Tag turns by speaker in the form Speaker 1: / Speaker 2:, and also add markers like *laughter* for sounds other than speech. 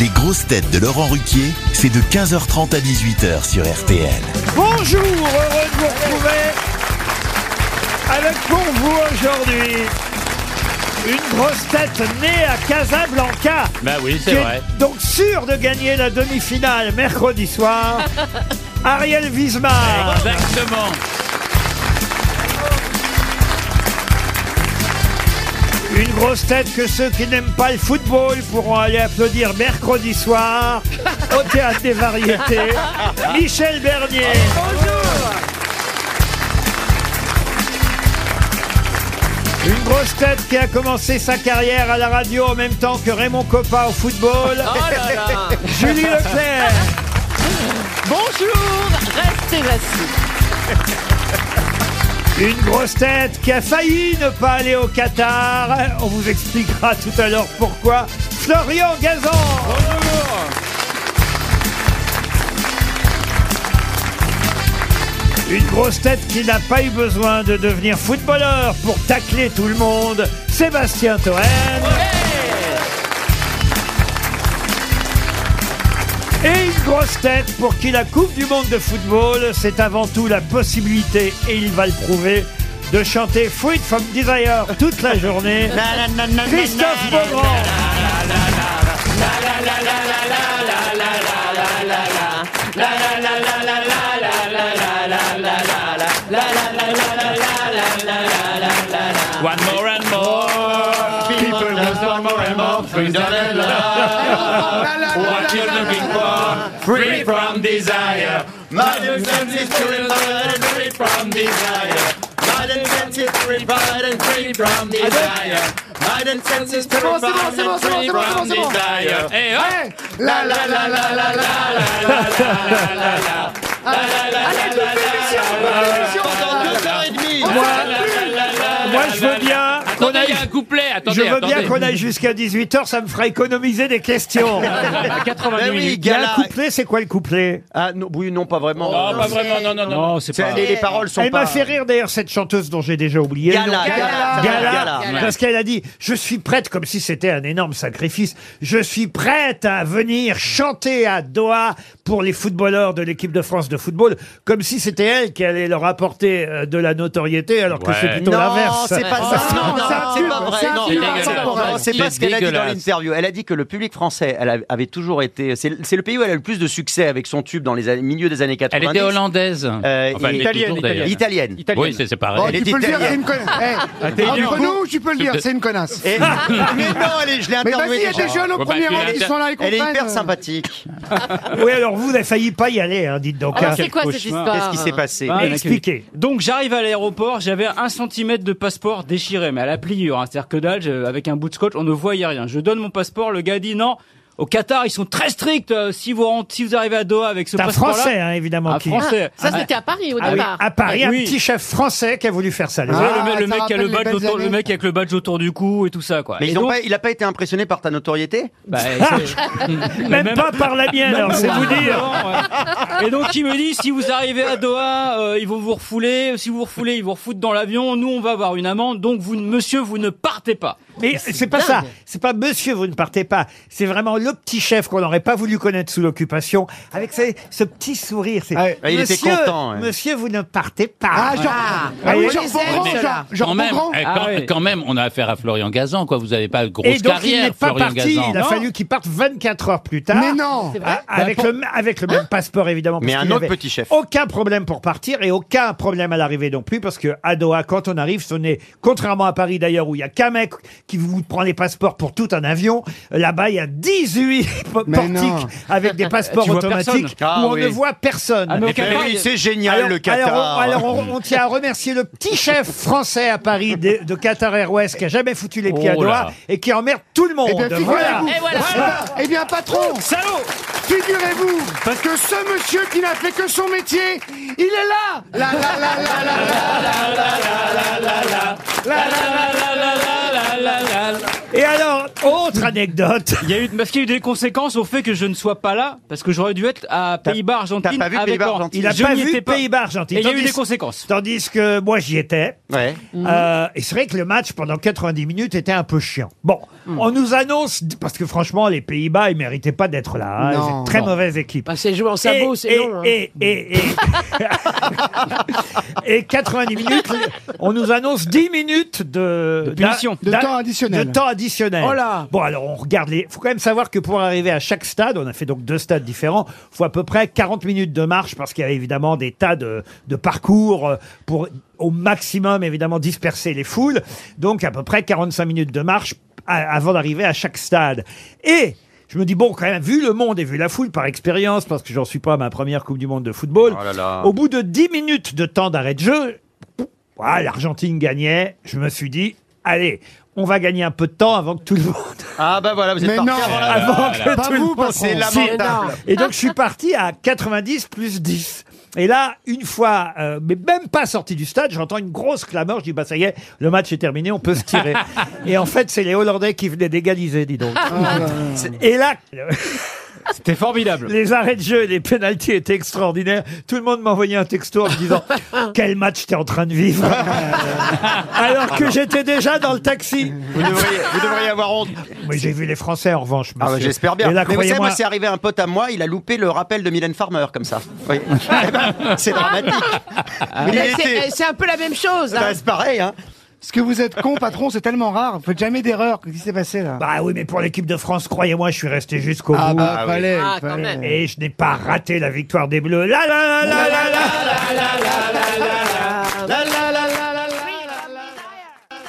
Speaker 1: Les grosses têtes de Laurent Ruquier, c'est de 15h30 à 18h sur RTL.
Speaker 2: Bonjour, heureux de vous retrouver avec pour vous aujourd'hui une grosse tête née à Casablanca.
Speaker 3: Bah oui, c'est
Speaker 2: qui est
Speaker 3: vrai.
Speaker 2: Donc sûre de gagner la demi-finale mercredi soir.
Speaker 3: *laughs*
Speaker 2: Ariel Wismar.
Speaker 3: Exactement.
Speaker 2: Une grosse tête que ceux qui n'aiment pas le football pourront aller applaudir mercredi soir au Théâtre des Variétés. Michel Bernier. Bonjour. Une grosse tête qui a commencé sa carrière à la radio en même temps que Raymond Coppa au football. Julie Leclerc.
Speaker 4: Bonjour, restez assis.
Speaker 2: Une grosse tête qui a failli ne pas aller au Qatar. On vous expliquera tout à l'heure pourquoi. Florian Gazan. Une grosse tête qui n'a pas eu besoin de devenir footballeur pour tacler tout le monde. Sébastien Toen. Et une grosse tête pour qui la Coupe du Monde de football, c'est avant tout la possibilité, et il va le prouver, de chanter Fruit from Desire toute la journée. Christophe Beaugrand.
Speaker 3: One more and more. People just want more and more. Freedom and love. What you're looking for. Free from desire. Modern sense is purified and free from desire. Modern sense is purified and free from desire. Modern sense is purified and free from desire. Hey, hey. La la la la la la la la la la la.
Speaker 2: Moi, je veux bien qu'on
Speaker 3: Eh,
Speaker 5: Attendez, il
Speaker 2: aille,
Speaker 5: y a un couplet.
Speaker 2: je
Speaker 5: Attendez,
Speaker 2: veux bien
Speaker 5: attendez.
Speaker 2: qu'on aille jusqu'à 18h, ça me fera économiser des
Speaker 6: *laughs*
Speaker 2: questions.
Speaker 6: Ben
Speaker 2: Il y a un couplet, c'est quoi le couplet
Speaker 6: Ah non, oui, non, pas vraiment.
Speaker 3: Oh, pas vraiment, non, non, non. non.
Speaker 6: C'est- les, les paroles sont
Speaker 3: Eh
Speaker 2: Elle
Speaker 6: pas.
Speaker 3: ben,
Speaker 2: m'a fait rire d'ailleurs cette chanteuse dont j'ai déjà oublié. le
Speaker 6: Gala,
Speaker 2: nom.
Speaker 6: Gala, ça
Speaker 2: Gala,
Speaker 6: va, Gala.
Speaker 2: parce qu'elle a dit Je suis prête, comme si c'était un énorme sacrifice, je suis prête à venir chanter à Doha pour les footballeurs de l'équipe de France de football, comme si c'était elle qui allait leur apporter euh, de la notoriété, alors que
Speaker 3: Ouais.
Speaker 2: c'est plutôt
Speaker 6: Non,
Speaker 2: l'inverse.
Speaker 6: c'est pas ça.
Speaker 4: Oh,
Speaker 6: non,
Speaker 4: non,
Speaker 6: Ah, non, c'est pas vrai. Non,
Speaker 3: tube
Speaker 6: non,
Speaker 3: intemporel.
Speaker 6: non, c'est pas ce
Speaker 5: C'est
Speaker 6: qu'elle a dit dans
Speaker 5: dégueulasse.
Speaker 6: l'interview. Elle a dit que le public français elle a- avait toujours été. C'est c'est le pays où elle a le plus de succès avec son tube dans les années- milieu des années 90.
Speaker 5: Elle était hollandaise.
Speaker 6: Euh,
Speaker 5: Enfin, elle
Speaker 6: et-
Speaker 5: l'est toujours, d'ailleurs.
Speaker 6: Italienne.
Speaker 5: Oui, c'est c'est
Speaker 7: Oh,
Speaker 5: pareil.
Speaker 6: Elle est
Speaker 8: Tu peux le dire, c'est
Speaker 6: italienne.
Speaker 8: une connasse.
Speaker 6: Ah,
Speaker 8: Eh, entre nous, tu peux le dire, c'est une connasse.
Speaker 6: Et- Mais non, elle est- je l'ai
Speaker 8: Mais vas-y, il
Speaker 6: interviewée.
Speaker 8: y a des jeunes
Speaker 5: bah,
Speaker 8: au premier
Speaker 5: tu
Speaker 8: rang
Speaker 5: l'as
Speaker 8: qui
Speaker 5: inter-
Speaker 8: sont là et
Speaker 6: Elle est
Speaker 8: comprennent.
Speaker 6: hyper sympathique.
Speaker 2: Oui, alors vous, vous avez failli pas y aller, hein, dites donc. hein.
Speaker 4: Alors Ah, bah, c'est quoi cette histoire
Speaker 6: Qu'est-ce qui s'est passé
Speaker 7: Ah, elle a-
Speaker 2: Expliquez.
Speaker 7: Donc j'arrive à l'aéroport, j'avais un centimètre de passeport déchiré, mais à la pliure, hein. c'est-à-dire que dalle, je- avec un bout de scotch, on ne voyait rien. Je donne mon passeport, le gars dit non. Au Qatar, ils sont très stricts. euh, si vous rentrez, si vous arrivez à Doha avec ce
Speaker 2: C'est un
Speaker 7: passeport-là,
Speaker 2: Français, hein, évidemment.
Speaker 7: un
Speaker 2: qui-
Speaker 7: Français.
Speaker 4: Ça
Speaker 7: Ah,
Speaker 4: c'était à Paris au
Speaker 2: Ah oui,
Speaker 4: départ.
Speaker 2: à Paris,
Speaker 7: Eh
Speaker 2: un
Speaker 7: oui.
Speaker 2: petit chef français qui a voulu faire ça. les
Speaker 7: ouais,
Speaker 2: autres.
Speaker 7: le,
Speaker 8: Ah,
Speaker 7: mec- le
Speaker 8: ça
Speaker 7: mec qui a le
Speaker 8: rappelle les
Speaker 7: badge
Speaker 8: belles
Speaker 7: autour, le
Speaker 8: années.
Speaker 7: mec avec le badge autour du cou et tout ça quoi.
Speaker 6: Mais
Speaker 7: Et
Speaker 6: ils ont
Speaker 7: donc,
Speaker 6: pas- il a pas été impressionné par ta notoriété
Speaker 7: bah,
Speaker 6: *laughs*
Speaker 2: Ah,
Speaker 7: c'est-
Speaker 2: même,
Speaker 7: même-
Speaker 2: pas par la mienne, alors c'est vous dire.
Speaker 7: Non, ouais. Et donc il me dit si vous arrivez à Doha, euh, ils vont vous refouler. Si vous vous refoulez, ils vous refoutent dans l'avion. Nous, on va avoir une amende. Donc vous, monsieur, vous ne partez pas.
Speaker 2: Mais c'est pas ça. C'est pas monsieur, vous ne partez pas. C'est vraiment le petit chef qu'on n'aurait pas voulu connaître sous l'occupation, avec ce, ce petit sourire. C'est,
Speaker 6: Ah, il était
Speaker 2: monsieur,
Speaker 6: content, ouais.
Speaker 2: monsieur, vous ne partez pas.
Speaker 8: Ah, genre. Ah oui, genre Beaugrand,
Speaker 5: Mais-
Speaker 8: genre- genre
Speaker 5: Quand même,
Speaker 8: Beaugrand.
Speaker 5: eh,
Speaker 7: Ah
Speaker 5: quand,
Speaker 7: ouais.
Speaker 5: quand même, on a affaire à Florian Gazan, quoi. Vous n'avez pas grosse
Speaker 2: Et donc, il
Speaker 5: carrière,
Speaker 2: n'est pas
Speaker 5: Florian
Speaker 2: parti.
Speaker 5: Gazan.
Speaker 2: Il a
Speaker 7: Non.
Speaker 2: fallu qu'il parte 24 heures plus tard.
Speaker 8: Mais non.
Speaker 2: Ah, Avec, le, m- avec le même passeport, évidemment. parce
Speaker 6: Mais un
Speaker 2: qu'il
Speaker 6: autre
Speaker 2: avait
Speaker 6: petit chef.
Speaker 2: Aucun problème pour partir et aucun problème à l'arrivée non plus, parce que à Doha, quand on arrive, ce n'est, contrairement à Paris d'ailleurs, où il y a qu'un mec qui vous prend les passeports pour tout un avion, là-bas, il y a *laughs* 18 po-
Speaker 8: Mais non.
Speaker 2: portiques avec
Speaker 6: *laughs*
Speaker 2: des passeports
Speaker 7: Tu vois
Speaker 2: automatiques où
Speaker 6: personne. Ah
Speaker 2: on
Speaker 6: oui.
Speaker 2: ne voit personne.
Speaker 7: Ah, mais au
Speaker 6: Mais
Speaker 7: Qatar,
Speaker 6: oui,
Speaker 7: il-
Speaker 6: c'est génial le Qatar.
Speaker 2: alors, on- alors, on, on tient à remercier le petit chef français à Paris de, de Qatar Airways qui a jamais foutu les pieds à
Speaker 5: Oh là.
Speaker 2: Doha et qui emmerde tout le monde.
Speaker 8: Eh
Speaker 2: voilà.
Speaker 8: bien, figurez-vous.
Speaker 4: Et voilà.
Speaker 8: Eh ben- Eh bien, patron,
Speaker 2: Salaud
Speaker 8: figurez-vous que ce monsieur qui n'a fait que son métier, il est là. La, la, la, la, la, la.
Speaker 2: Et alors, Autre anecdote.
Speaker 7: Il y a eu, parce qu'il y a eu des conséquences au fait que je ne sois pas là, parce que j'aurais dû être à Pays-Bas Argentine.
Speaker 6: t'as pas vu
Speaker 7: avec
Speaker 6: Pays-Bas,
Speaker 7: Orange.
Speaker 6: Argentine
Speaker 2: Il a
Speaker 7: Je
Speaker 2: pas
Speaker 7: n'y
Speaker 2: vu
Speaker 7: étais pas.
Speaker 2: Pays-Bas Argentine.
Speaker 7: Et il y a eu
Speaker 2: Tandis-
Speaker 7: des conséquences.
Speaker 2: Tandis que moi, j'y étais.
Speaker 6: Ouais.
Speaker 9: Mhm.
Speaker 2: Euh, et c'est vrai que le match pendant 90 minutes était un peu chiant. Bon,
Speaker 9: Mhm.
Speaker 2: on nous annonce, parce que franchement, les Pays-Bas, ils méritaient pas d'être là. hein.
Speaker 8: Non.
Speaker 2: C'est une très
Speaker 5: Non.
Speaker 2: mauvaise équipe.
Speaker 9: Bah, c'est jouer en
Speaker 2: et,
Speaker 9: sabot, c'est
Speaker 2: et-
Speaker 9: long. hein.
Speaker 2: et- et- et- et 90 minutes, on nous annonce 10 minutes de,
Speaker 7: De punition.
Speaker 8: De
Speaker 2: d'a-
Speaker 8: temps additionnel.
Speaker 2: De temps additionnel.
Speaker 9: Oh là
Speaker 2: Bon, alors on regarde les. Faut quand même savoir que pour arriver à chaque stade, on a fait donc deux stades différents, faut à peu près 40 minutes de marche parce qu'il y a évidemment des tas de, de parcours euh, pour au maximum évidemment disperser les foules. Donc à peu près 45 minutes de marche a- avant d'arriver à chaque stade. Et je me dis bon, quand même, vu le monde et vu la foule par expérience, parce que j'en suis pas à ma première Coupe du Monde de football,
Speaker 6: Oh là là.
Speaker 2: au bout de 10 minutes de temps d'arrêt de jeu, ah, l'Argentine gagnait. Je me suis dit, allez, on va gagner un peu de temps avant que tout le monde.
Speaker 6: Ah bah voilà, vous êtes
Speaker 8: Mais
Speaker 6: parti
Speaker 8: non.
Speaker 6: avant la-
Speaker 2: avant que
Speaker 8: Pas
Speaker 2: tout le
Speaker 8: vous,
Speaker 2: monde-
Speaker 8: par contre.
Speaker 6: C'est lamentable.
Speaker 2: Et donc, je suis parti à 90 plus 10. Et là, une fois, euh, mais même pas sorti du stade, j'entends une grosse clameur. Je dis, bah ça y est, le match est terminé, on peut se
Speaker 6: *laughs*
Speaker 2: tirer. et en fait, c'est les Hollandais qui venaient d'égaliser, dis donc. et là,
Speaker 7: C'était formidable.
Speaker 2: les arrêts de jeu et les pénalties étaient extraordinaires. Tout le monde m'envoyait un texto en me
Speaker 6: *laughs*
Speaker 2: disant Quel match t'es en train de vivre Alors que j'étais déjà dans le taxi.
Speaker 6: Vous devriez, vous devriez avoir honte.
Speaker 2: Mais j'ai vu les Français en revanche.
Speaker 6: Ah bah,
Speaker 2: monsieur.
Speaker 6: J'espère bien.
Speaker 2: Et là,
Speaker 6: Mais vous savez,
Speaker 2: croyez-moi.
Speaker 6: moi, c'est arrivé à un pote à moi, il a loupé le rappel de Mylène Farmer comme ça.
Speaker 2: *laughs*
Speaker 6: Oui. Eh ben, c'est dramatique. Mais il
Speaker 9: Mais
Speaker 6: était-
Speaker 9: C'est c'est un peu la même chose. hein.
Speaker 6: Bah, c'est pareil, hein.
Speaker 8: Parce que vous êtes con, patron, c'est tellement rare. Vous faites jamais d'erreur. Qu'est-ce qui s'est passé là bah,
Speaker 2: Bah oui, mais pour l'équipe de France, croyez-moi, je suis resté jusqu'au bout.
Speaker 6: Ah oui.
Speaker 8: fallait,
Speaker 9: Ah, quand même.
Speaker 2: Et je n'ai pas raté la victoire des Bleus. Là, là, là, là, là, là.